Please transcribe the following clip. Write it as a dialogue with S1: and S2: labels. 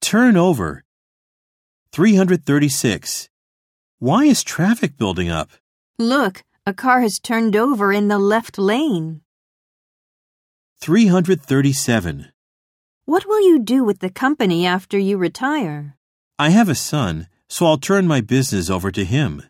S1: Turn over. 336. Why is traffic building up?
S2: Look, a car has turned over in the left lane.
S1: 337.
S2: What will you do with the company after you retire?
S1: I have a son, so I'll turn my business over to him.